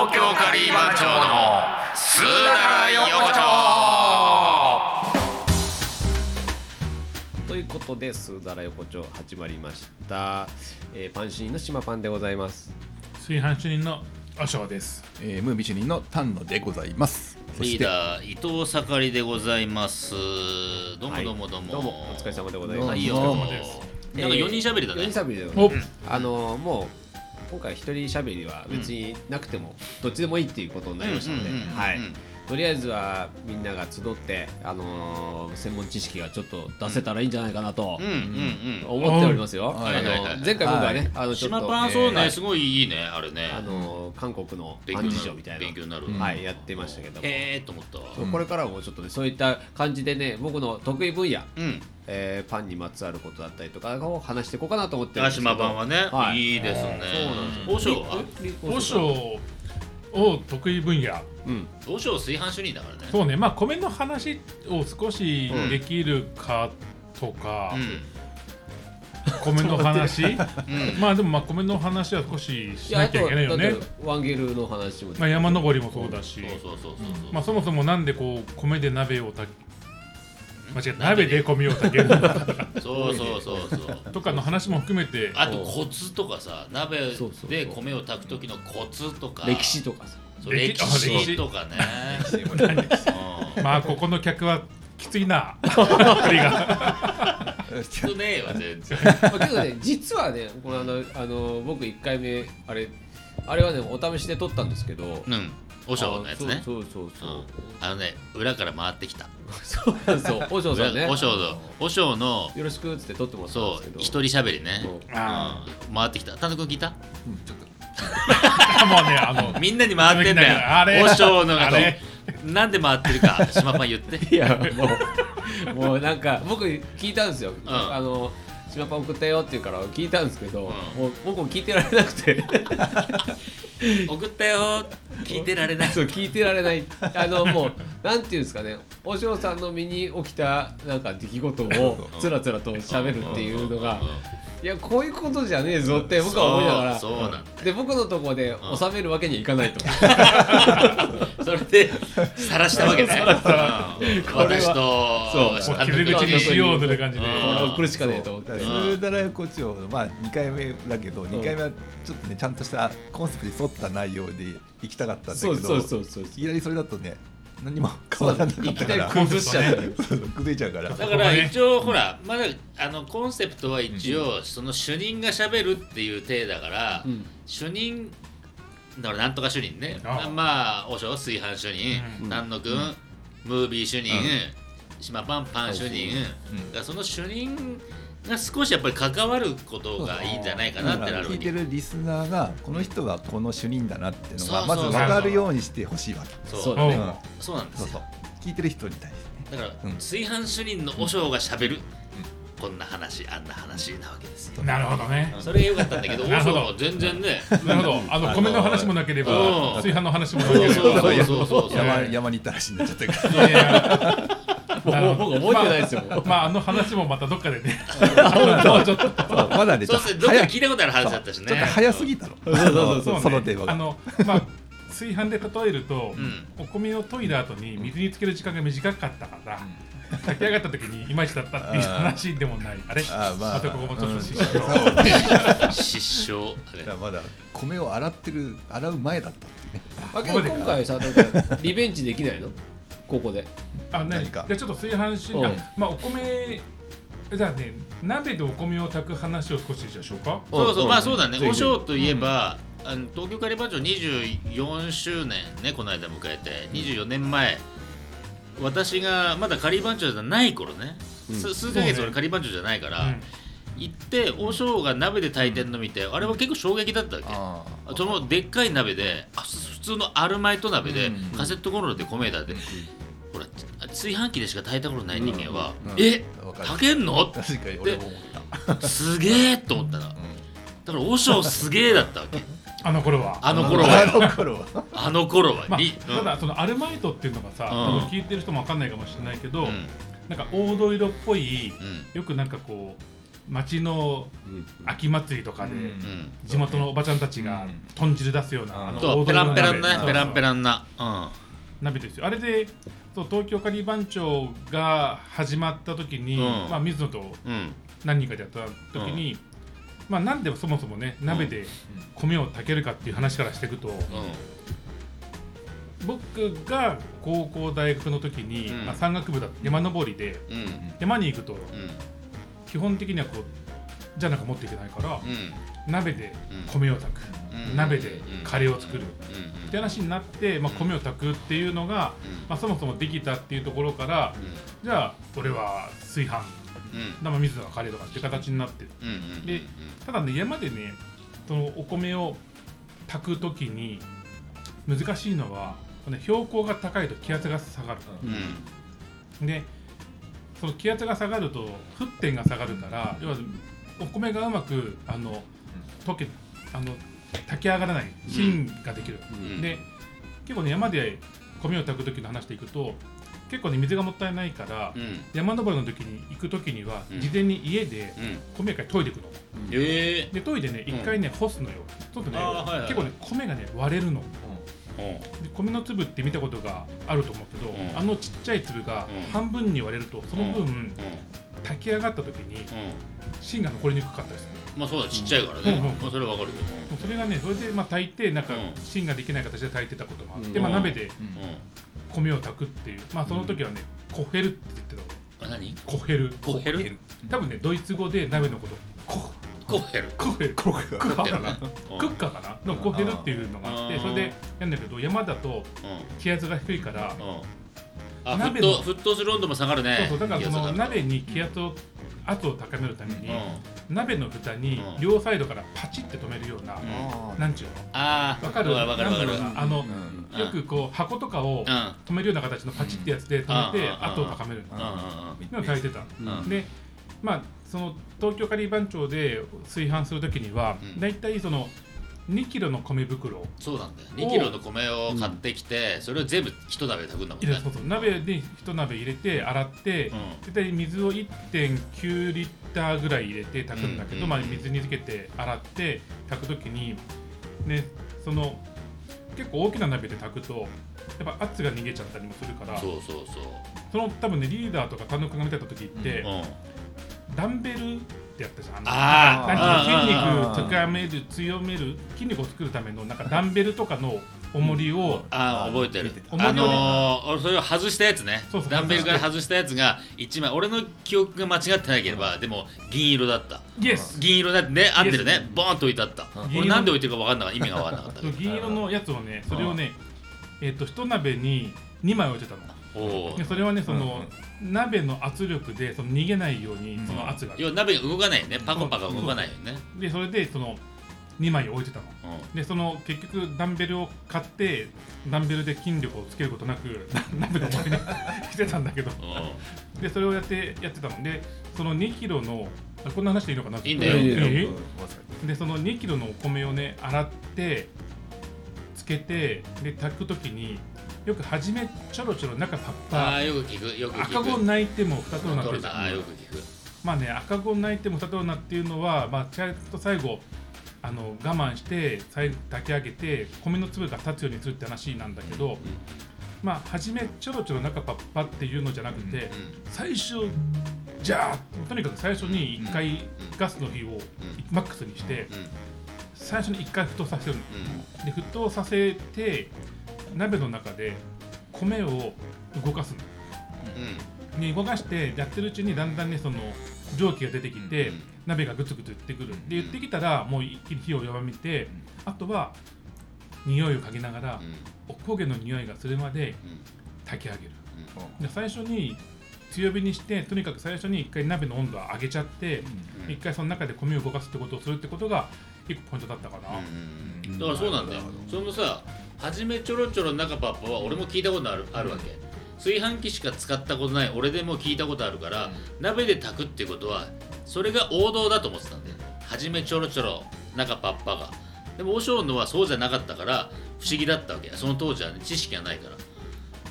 有馬町のスーダラ横丁ということで、スーダラ横丁始まりました。えーパンシーンの島パンでございます。炊飯主任の阿翔です。えー、ムービー主任の丹野でございます。そリしーて、ダー伊藤盛りでございます。どうもはいどうもどうも。どうも、お疲れ様でございます。はい、どおうも疲れ様です。なんか四人喋りだ4ね。人喋りでお、あのーもう今回一人喋りは別になくてもどっちでもいいっていうことになりましたので、うんうんうんうんはい。とりあえずはみんなが集ってあのー専門知識がちょっと出せたらいいんじゃないかなとうんうん思っておりますよ。はいあのはいはいはい前回僕はね、はいあうのん。ちょっ島とパンそうえーはね、いすごいいいね、あれね。あのー韓国の勉強漢字書みにたないる。な勉強になる。はいやってましたけども、へえと思ったわ。これからもちょっとねそういった感じでね僕の得意分野、うん。えーパンにまつわることだったりとかを話していこうかなと思ってるんあですけど。島パンはね、はいいいですね。王将は和尚を得意分野。うん。王将炊飯主任だからね。そうね、まあ米の話を少しできるかとか、米の話。うん。うん。 まあでもまあ米の話は少しいしや、あなときゃいけないよだっねて。ワンゲルの話も。まあ山登りもそうだし、そうそうそうそう。まあそもそもなんでこう米で鍋を炊き、間違えた鍋鍋でで米を炊けるのかそうそうそうそう。とかの話も含め て、あとコツとかさ、鍋そうそうそうで米を炊く時のコツとか。歴史とかさ。そう歴歴史史とかね。うんまあここの客はきつい な。振り がきつねえわ全然。まあけど ね、実はね、このあの、あの、僕一回目、あれ。あれはね、お試しで撮ったんですけど。うん。和尚のやつねあ。そうそうそうう。んあのね裏から回ってきた。 そうなんですよ。おしょうさんね。和尚の和尚のよろしくっつって撮ってもらったんそですうけど。一人喋りね。そううん回ってきた。単独聞いた？うんちょっともうねあの。みんなに回ってんだよ。あれ和尚のがあれなんで回ってるか島パン言 って。いや、もう。もう、なんか、僕聞いたんですよ。あの。島パン送ったよって言うから聞いたんですけど、うんもう僕も聞いてられなくて 送ったよ。聞いてられない。そう聞いてられないあのもうなんていうんですかねお嬢さんの身に起きたなんか出来事をつらつらと喋るっていうのがいやこういうことじゃねえぞって僕は思いながらそうそうなんだよで僕のとこで収めるわけにはいかないと、それで晒したわけね。うんこれは私とそうも単う傷独口にしようという感じで。 これんは来るしかねえと思ってだからスーダラ横丁のまあ2回目だけど、2回目はちょっとねちゃんとしたコンセプトに沿った内容で行きたかったんだけそどうそうそうそういきなりそれだとね何も変わらなかいったきかなりら崩しちゃったよそうそう崩れちゃうからだから一応ほらまだあのコンセプトは一応その主任がしゃべるっていう体だから、うん主任だからなんとか主任ねああまあ和尚炊飯主任うん丹野くん、ムービー主任、島パンパン主任、うんだからその主任が少しやっぱり関わることがいいんじゃないかなだっかてならる聞いてるリスナーがこの人はこの主任だなっていうのそがうそうそまずう分かるようにしてほしいわけそうそそうだうねんううんなんでそうすそうよ聞いてる人に対してねだから、うん炊飯主任の和尚がしゃべる、こんな話あんな話なわけですよなるほどね。それが良かったんだけど、な王るほ将どは全然ね。なるほど。あの米の話もなければ、うん炊飯の話もなそけうれそうば。そうそうそうそう。山うん山に行ったらしになっちゃったからいやいやもう僕覚えてないですよ、もうまああの話もまたどっかでね。あのもうちょっと。そうまだねちそょうでっとすね、どっか早聞いたことある話だったしちね。ょっと早すぎたのそうそうねその電話あがのまあ炊飯で例えるとう、ん。お米を研いだ後に水につける時間が短かったから。炊き上がった時にいまいちだったっていう話でもない。あれ、あーまあまたここもちょっと失うん笑。 失笑。だからまだ米を洗ってる洗う前だったっていうねあけど今回さだからリベンジできないのここであ、ね、何かじゃあちょっと炊飯し、うんあまあお米、じゃあね、鍋でお米を炊く話を少ししましょうか。そうそう、んまあそうだねぜ。ひ王将といえば、あの東京カリバー町24周年ね、この間迎えて、24年前。私がまだカリバン町じゃない頃ね、す数ヶ月そう俺ねカリバン町じゃないから、うん行って王将が鍋で炊いてんの見てあれは結構衝撃だったわけあそのでっかい鍋であす普通のアルマイト鍋で、うんカセットコンロで米だって、ほら炊飯器でしか炊いたことない人間は、うんうんえわかる炊けんのあ確かに俺も思ったすげえと思ったの、だから和尚すげえだったわ けあの頃は。あの頃はあの頃はあの頃は、まあり、ただそのアルマイトっていうのがさ、うん多分聞いてる人もわかんないかもしれないけうんど、うんなんか黄土色っぽいよくなんかこう町のうん秋祭りとかで、うんうん地元のおばちゃんたちがうん豚汁出すような、うんあのそう王ペ道ラのンペラン鍋なそうペランペランなうん鍋ですよあれでそう東京カリバン町が始まった時に、うんまあ、水野とうん何人かでやった時に、まあなんでそもそもね鍋で米を炊けるかっていう話からしていくと、う僕が高校大学の時に、うんまあ、山岳部だ山登りでんうん山に行くとうん基本的にはこうじゃなく持っていけないから、うん鍋で米を炊く、うん鍋でカレーを作る、うんうんって話になって、まあ、米を炊くっていうのが、うんまあ、そもそもできたっていうところからじゃあ俺は炊飯うんうん生水のカレーとかっていう形になってうんうんでただね山でねそのお米を炊く時に難しいのはこの標高が高いと気圧が下がる、うんうんでその気圧が下がると沸点が下がるから要はお米がうまくあの溶けあの炊き上がらない芯ができる、うんで結構ね山で米を炊く時の話でいくと結構ね水がもったいないから、うん山登りの時に行く時には、うん事前に家でうん米一回研いでいくのええで研いでね一回ね干すのよそうするとね、あーはいはいはい結構ね米がね割れるのでうん米の粒って見たことがあると思うけど、うんあのちっちゃい粒がうん半分に割れるとその分、う炊き上がった時にんうん芯が残りにくかったりするまあそうだちっちゃいからねうんうんまあそれはわかるけどもうそれがねそれでまあ炊いてなんかうん芯ができない形で炊いてたこともあって、うんまあ、鍋うでんうん米を炊くっていうまあその時はね、コヘルって言ってたのあ何コヘルコヘル多分ねドイツ語で鍋のことココヘルコヘルク黒くッカーかなうんクッカーかなのコヘルっていうのがあってうんそれでやんだけど山だとうん気圧が低いからうんあ沸鍋騰の沸騰する温度も下がるねそうそうだからそ気圧が上がのる鍋に気圧を圧を高めるために、うん鍋の蓋にうん両サイドからパチって止めるような、あなんちゅうのああわかるわかるわかるなんだろうなあのう、んうんよくこう箱とかをうん止めるような形のパチってやつで止めてうん圧を高めるうんうんのを炊いてた、うんうんでまあその東京カリー番町で炊飯するときには、うんだいたいその2キロの米袋をそうなんだよ2キロの米を買ってきてそれを全部一鍋で炊くんだもん入れねそうそう鍋に一鍋入れて洗って、う大体水を1.9リッターぐらい入れて炊くんだけど、うんまあ、水につけて洗って炊くときに、ね、その結構大きな鍋で炊くとやっぱ圧が逃げちゃったりもするからそうそうそうその多分ねリーダーとか単独が見た時っうて、んダンベルってやったじゃんあのなんあーあーあーか筋肉高める強める筋肉を作るためのなんかダンベルとかの重りを、あー覚えてる見てたあのー俺それを外したやつねそうそうダンベルから外したやつが一枚俺の記憶が間違ってなければでも銀色だったイエス銀色だってね合ってるねボーンと置いてあったん俺なんで置いてるか分かんなかった意味が分かんなかったけそうど銀色のやつをねそれをねえっ、と一鍋に2枚置いてたの おおでそれはねその、鍋の圧力でその逃げないようにうんその圧が、要は鍋が動かないよねパコパコ動かないよねでそれでその2枚置いてたのうんでその結局ダンベルを買ってダンベルで筋力をつけることなく 鍋の 重りにしてたんだけどうでそれをやってやってたのでその2キロのあこんな話でいいのかないいんだよいいよえでその2キロのお米をね洗ってつけてで炊く時によく初めちょろちょろ中パん、ッあパあよく聞くよく聞く赤子泣いても二つになってるじゃんああよく聞くまあね赤子泣いても二つになっていうのは、まあ、ちゃんと最後あの我慢して最後炊き上げて米の粒が立つようにするって話なんだけど、まあ初めちょろちょろ中パッパっていうのじゃなくて、最初じゃあとにかく最初に1回ガスの火をマックスにしてうんうん最初に1回沸騰させるのうんで沸騰させて鍋の中で米を動かすので動かしてやってるうちにだんだんねその蒸気が出てきて、うん鍋がグツグツいってくるで言ってきたらもう一気に火を弱めて、あとは匂いをかけながら、お焦げの匂いがするまで炊き上げるで最初に強火にしてとにかく最初に一回鍋の温度を上げちゃって一、回その中で米を動かすってことをするってことが一個ポイントだったかな、だからそうなんだよそのさ初めちょろちょろ中パッパは俺も聞いたことあるあるわけ炊飯器しか使ったことない俺でも聞いたことあるから鍋で炊くってことはそれが王道だと思ってたんだよ初めちょろちょろ中パッパがでも和尚のはそうじゃなかったから不思議だったわけその当時はね知識がないから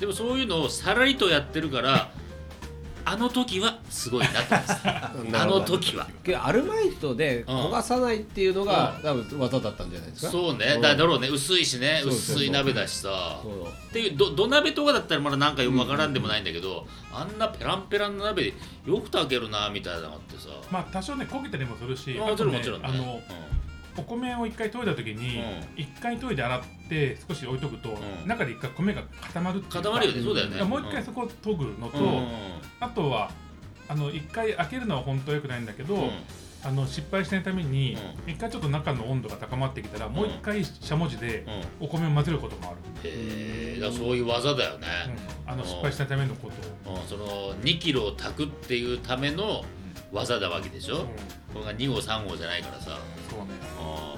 でもそういうのをさらりとやってるからあの時はすごい なって思いますあの時はけどアルバイトで焦がさないっていうのがう多分技だったんじゃないですかそうねんだだろうね薄いしねそうそうそう薄い鍋だしさそうっていうど土鍋とかだったらまだなんかよくわからんでもないんだけど、あんなペランペランの鍋でよく炊けるなみたいなのってさ、まあ多少ね焦げたりもするし、まあもちろんもちろんねあとねあのお米を一回研いだ時にう一回研いで洗って少し置いとくとうん中で一回米が固まるっていうか固まるよねそうだよねだからもう一回そこを研ぐのうんうんとあとはあの一回開けるのは本当はよくないんだけうんどあの失敗しないために一回ちょっと中の温度が高まってきたらもう一回しゃもじでうんお米を混ぜることもあるへえだからそういう技だよね、うんあの失敗しないためのことをうんその2キロを炊くっていうための技だわけでしょ、うんこれが2号3号じゃないからさそうねあ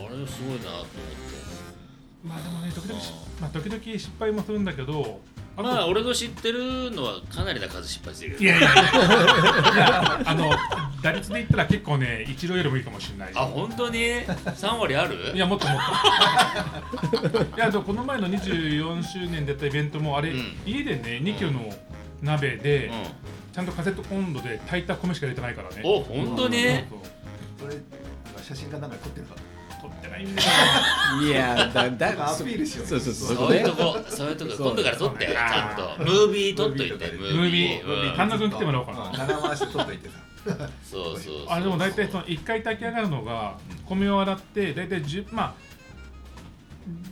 ーあれすごいなと思ってまあでもね時々しうまあ時々失敗もするんだけどあとまあ俺の知ってるのはかなりな数失敗してるけいどやいやいやあの打率で言ったら結構ね一郎よりもいいかもしれないあ本当に3割あるいやもっともっといやでもこの前の24周年でやったイベントもあれ、うん家でね2キロの鍋で、うんちゃんとカセットコンロで炊いた米しか入れてないからねお本当にそうそうそれなんか写真かなんか撮ってるか取ってないんだよいやなだだんかアピールしようそうそうそうそういうとこそういうとこそう今度から撮ってそうちねゃんとムービー撮っといてムムービーとかでムーービビーーうん神田君来てもらおうかな7回して撮っといてさそうそうそうあでも大体その1回炊き上がるのが米を洗って大体10まあ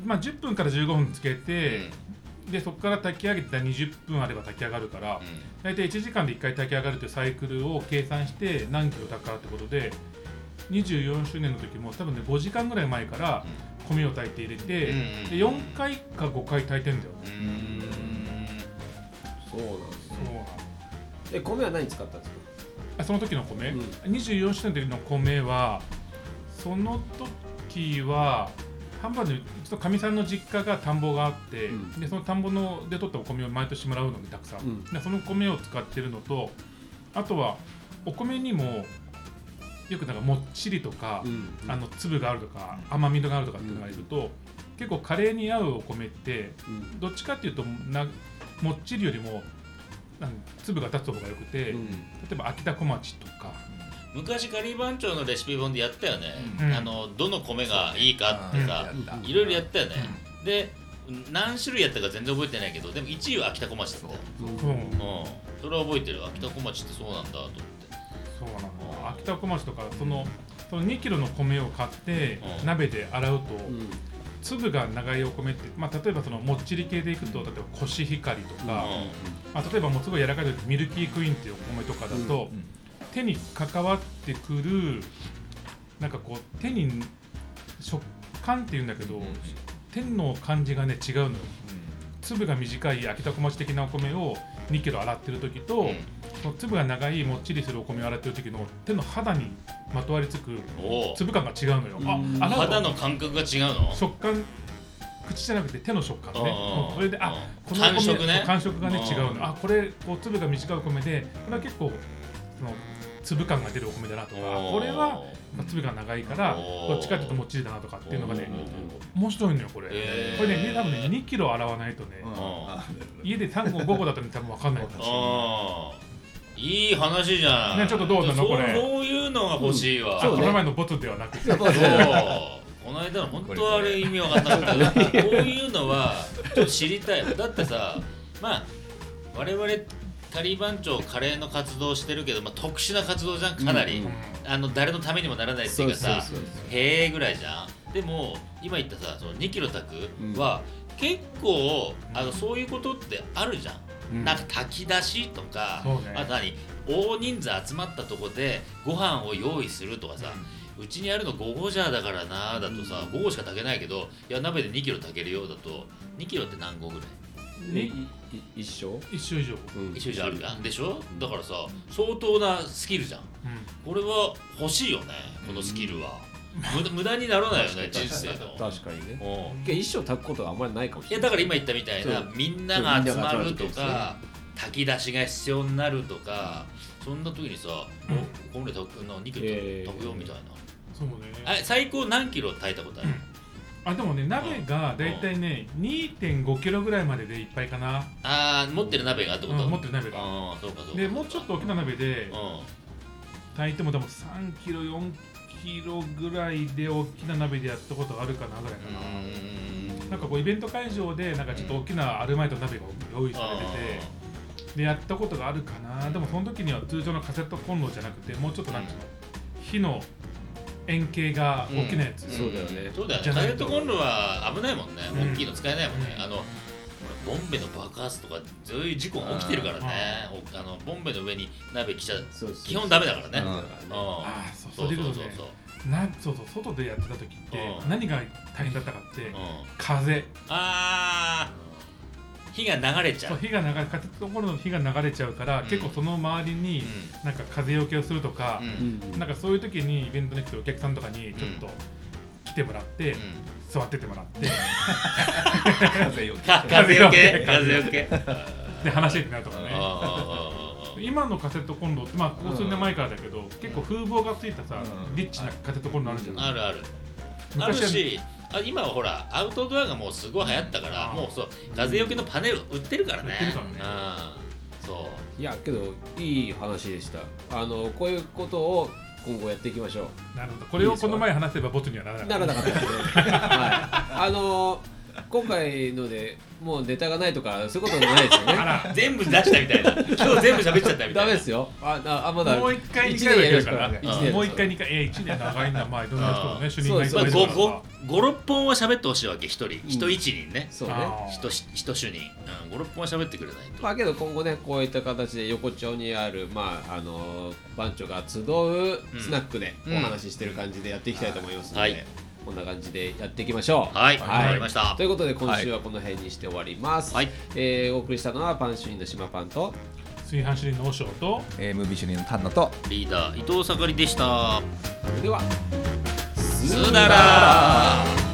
まあ10分から15分つけて、でそこから炊き上げて20分あれば炊き上がるから、う大体1時間で1回炊き上がるというサイクルを計算して何キロ炊くかってことで24周年の時も多分ね5時間ぐらい前から米を炊いて入れて、うんうんで4回か5回炊いてんだよね、んうんそうなんですそうなのえ米は何使ったんですかあその時の米、うん24周年の時の米はその時は半分でうちのかみさんの実家が田んぼがあって、うんでその田んぼので取ったお米を毎年もらうのにたくさん、うんでその米を使ってるのとあとはお米にもよくなんかもっちりとか、んあの粒があるとか甘みがあるとかっていうのがいると、結構カレーに合うお米ってうんどっちかっていうとなもっちりよりもなん粒が立つ方がよくて、うん例えば秋田小町とか、昔カリー番長のレシピ本でやったよねうんあのどの米がいいかってさうんやったいろいろやったよねで何種類やったか全然覚えてないけどでも1位は秋田小町だったようんうんそれは覚えてる秋田小町ってそうなんだと思ってそうなの秋田小町とかそのその2キロの米を買ってうん鍋で洗うとうん粒が長いお米って、まあ、例えばそのもっちり系でいくと例えばコシヒカリとか、まあ、例えばもうすごい柔らかい時ミルキークイーンっていうお米とかだと、うん手に関わってくるなんかこう手に食感っていうんだけど、手の感じがね違うのよ粒が短い秋田小町的なお米を2キロ洗ってる時と、うんその粒が長いもっちりするお米を洗ってる時の手の肌にまとわりつくおお粒感が違うのよ。うんあ、あ肌なの感覚が違うの食感口じゃなくて手の食感ね。うんうんそれであうんこのお米感触ね感触がねうん違うの。あこれこう粒が短いお米でこれは結構その粒感が出るお米だなとかうんこれはまあ粒が長いからうんどっちかっていうともっちりだなとかっていうのがねう面白いのよこれ。へーこれね多分ね2キロ洗わないとねうんあ家で3合5合だったら多分分かんないから。あーいい話じゃん。ねちょっとどうなのそうこれそういうのが欲しいわ。あそそううねこの前のボツではなくて。この間の本当あれ意味わかんなかったけど、こういうのはちょっと知りたい。だってさ、まあ我々カリー番長カレーの活動してるけど、まあ特殊な活動じゃんかなり。うんあの誰のためにもならないっていうかさそうそうそうへえぐらいじゃんでも今言ったさその2キロ炊くは、結構あのそういうことってあるじゃん、うんなんか炊き出しとか、そうねあと何大人数集まったとこでご飯を用意するとかさ、うちにあるの5合じゃだからなだとさ、5合しか炊けないけどいや鍋で2キロ炊けるようだと2キロって何合ぐらいいい一生一緒以上。うん一緒じゃあるでしょだからさ相当なスキルじゃんこれは欲しいよねこのスキルは、無駄無駄にならないよね人生の確かにねうんけど一生炊くことはあんまりないかもしいれやなだいから今言ったみたいなそうみんなが集まるみんなが集まるとってことですねか炊き出しが必要になるとかそんな時にさ「お米炊くの2キロえー炊くよ」みたいな、そうね。あ最高何キロ炊いたことある、あでもね鍋がだいたいね2 5キロぐらいまででいっぱいかな、ああ持ってる鍋がってうこんと、持ってる鍋がああそうかそうかでもうちょっと大きな鍋でうん炊いても多分3キロ4キロぐらいで大きな鍋でやったことあるかなぐらいかな、なんかこうイベント会場でなんかちょっと大きなアルマイト鍋が用意されててでやったことがあるかなでもその時には通常のカセットコンロじゃなくてもうちょっとなんていうの火の円形が大きなやつ、そうだよねそうだよじねゃカないセとットコンロは危ないもんね、うん大きいの使えないもんね、うんあのほらボンベの爆発とかそういう事故が起きてるからねおあのボンベの上に鍋来ちゃうそうそうそう基本ダメだからね、うんうんああそうそそうういうそうこそうとそうねなんそうそう外でやってた時ってうん何が大変だったかってうん風ああ火が流れちゃそうう火が流れカセットコンロの火が流れちゃうから、うん結構その周りにうなんか風よけをするとか、んうんうんなんかそういう時にイベントに来てお客さんとかにちょっと来てもらって、座っててもらって、風よか風よけ風よけ で話になるとかねあー今のカセットコンロってまあここ数年前からだけど、結構風貌がついたさ、うんリッチなカセットコンロあるじゃない、あるあるある昔はしあ今はほらアウトドアがもうすごい流行ったからあーもうそう風よけのパネル売ってるからね売ってるからねうんそういやけどいい話でしたあのこういうことを今後やっていきましょなるほどこれをこの前話せばボツにはならなういならなかったですねはいあの今回のでもうネタがないとかそういうことじゃないですよねあら全部出したみたいな今日全部喋っちゃったみたいなダメですよあああまだもう一回一二回は年やりまやるすかかららねうん一年もう一回二回え一年長いんだまあいろんな人もあーね主任がいっまぱあ、いいる5から5さ56本は喋ってほしいわけ1人人うん1人ねそうねあー人し人主任、うん、56本は喋ってくれないと、まあけど今後ねこういった形で横丁にあるまああの番長が集うスナックでうんお話ししてる感じでやっていきたいと思いますので、はいこんな感じでやっていきましょうはいわかりましたということで今週はこの辺にして終わります、はいえーお送りしたのはパン主任の島パンと炊飯主任の和尚と MB 主任の丹野とリーダー伊藤さかりでしたそれではすなら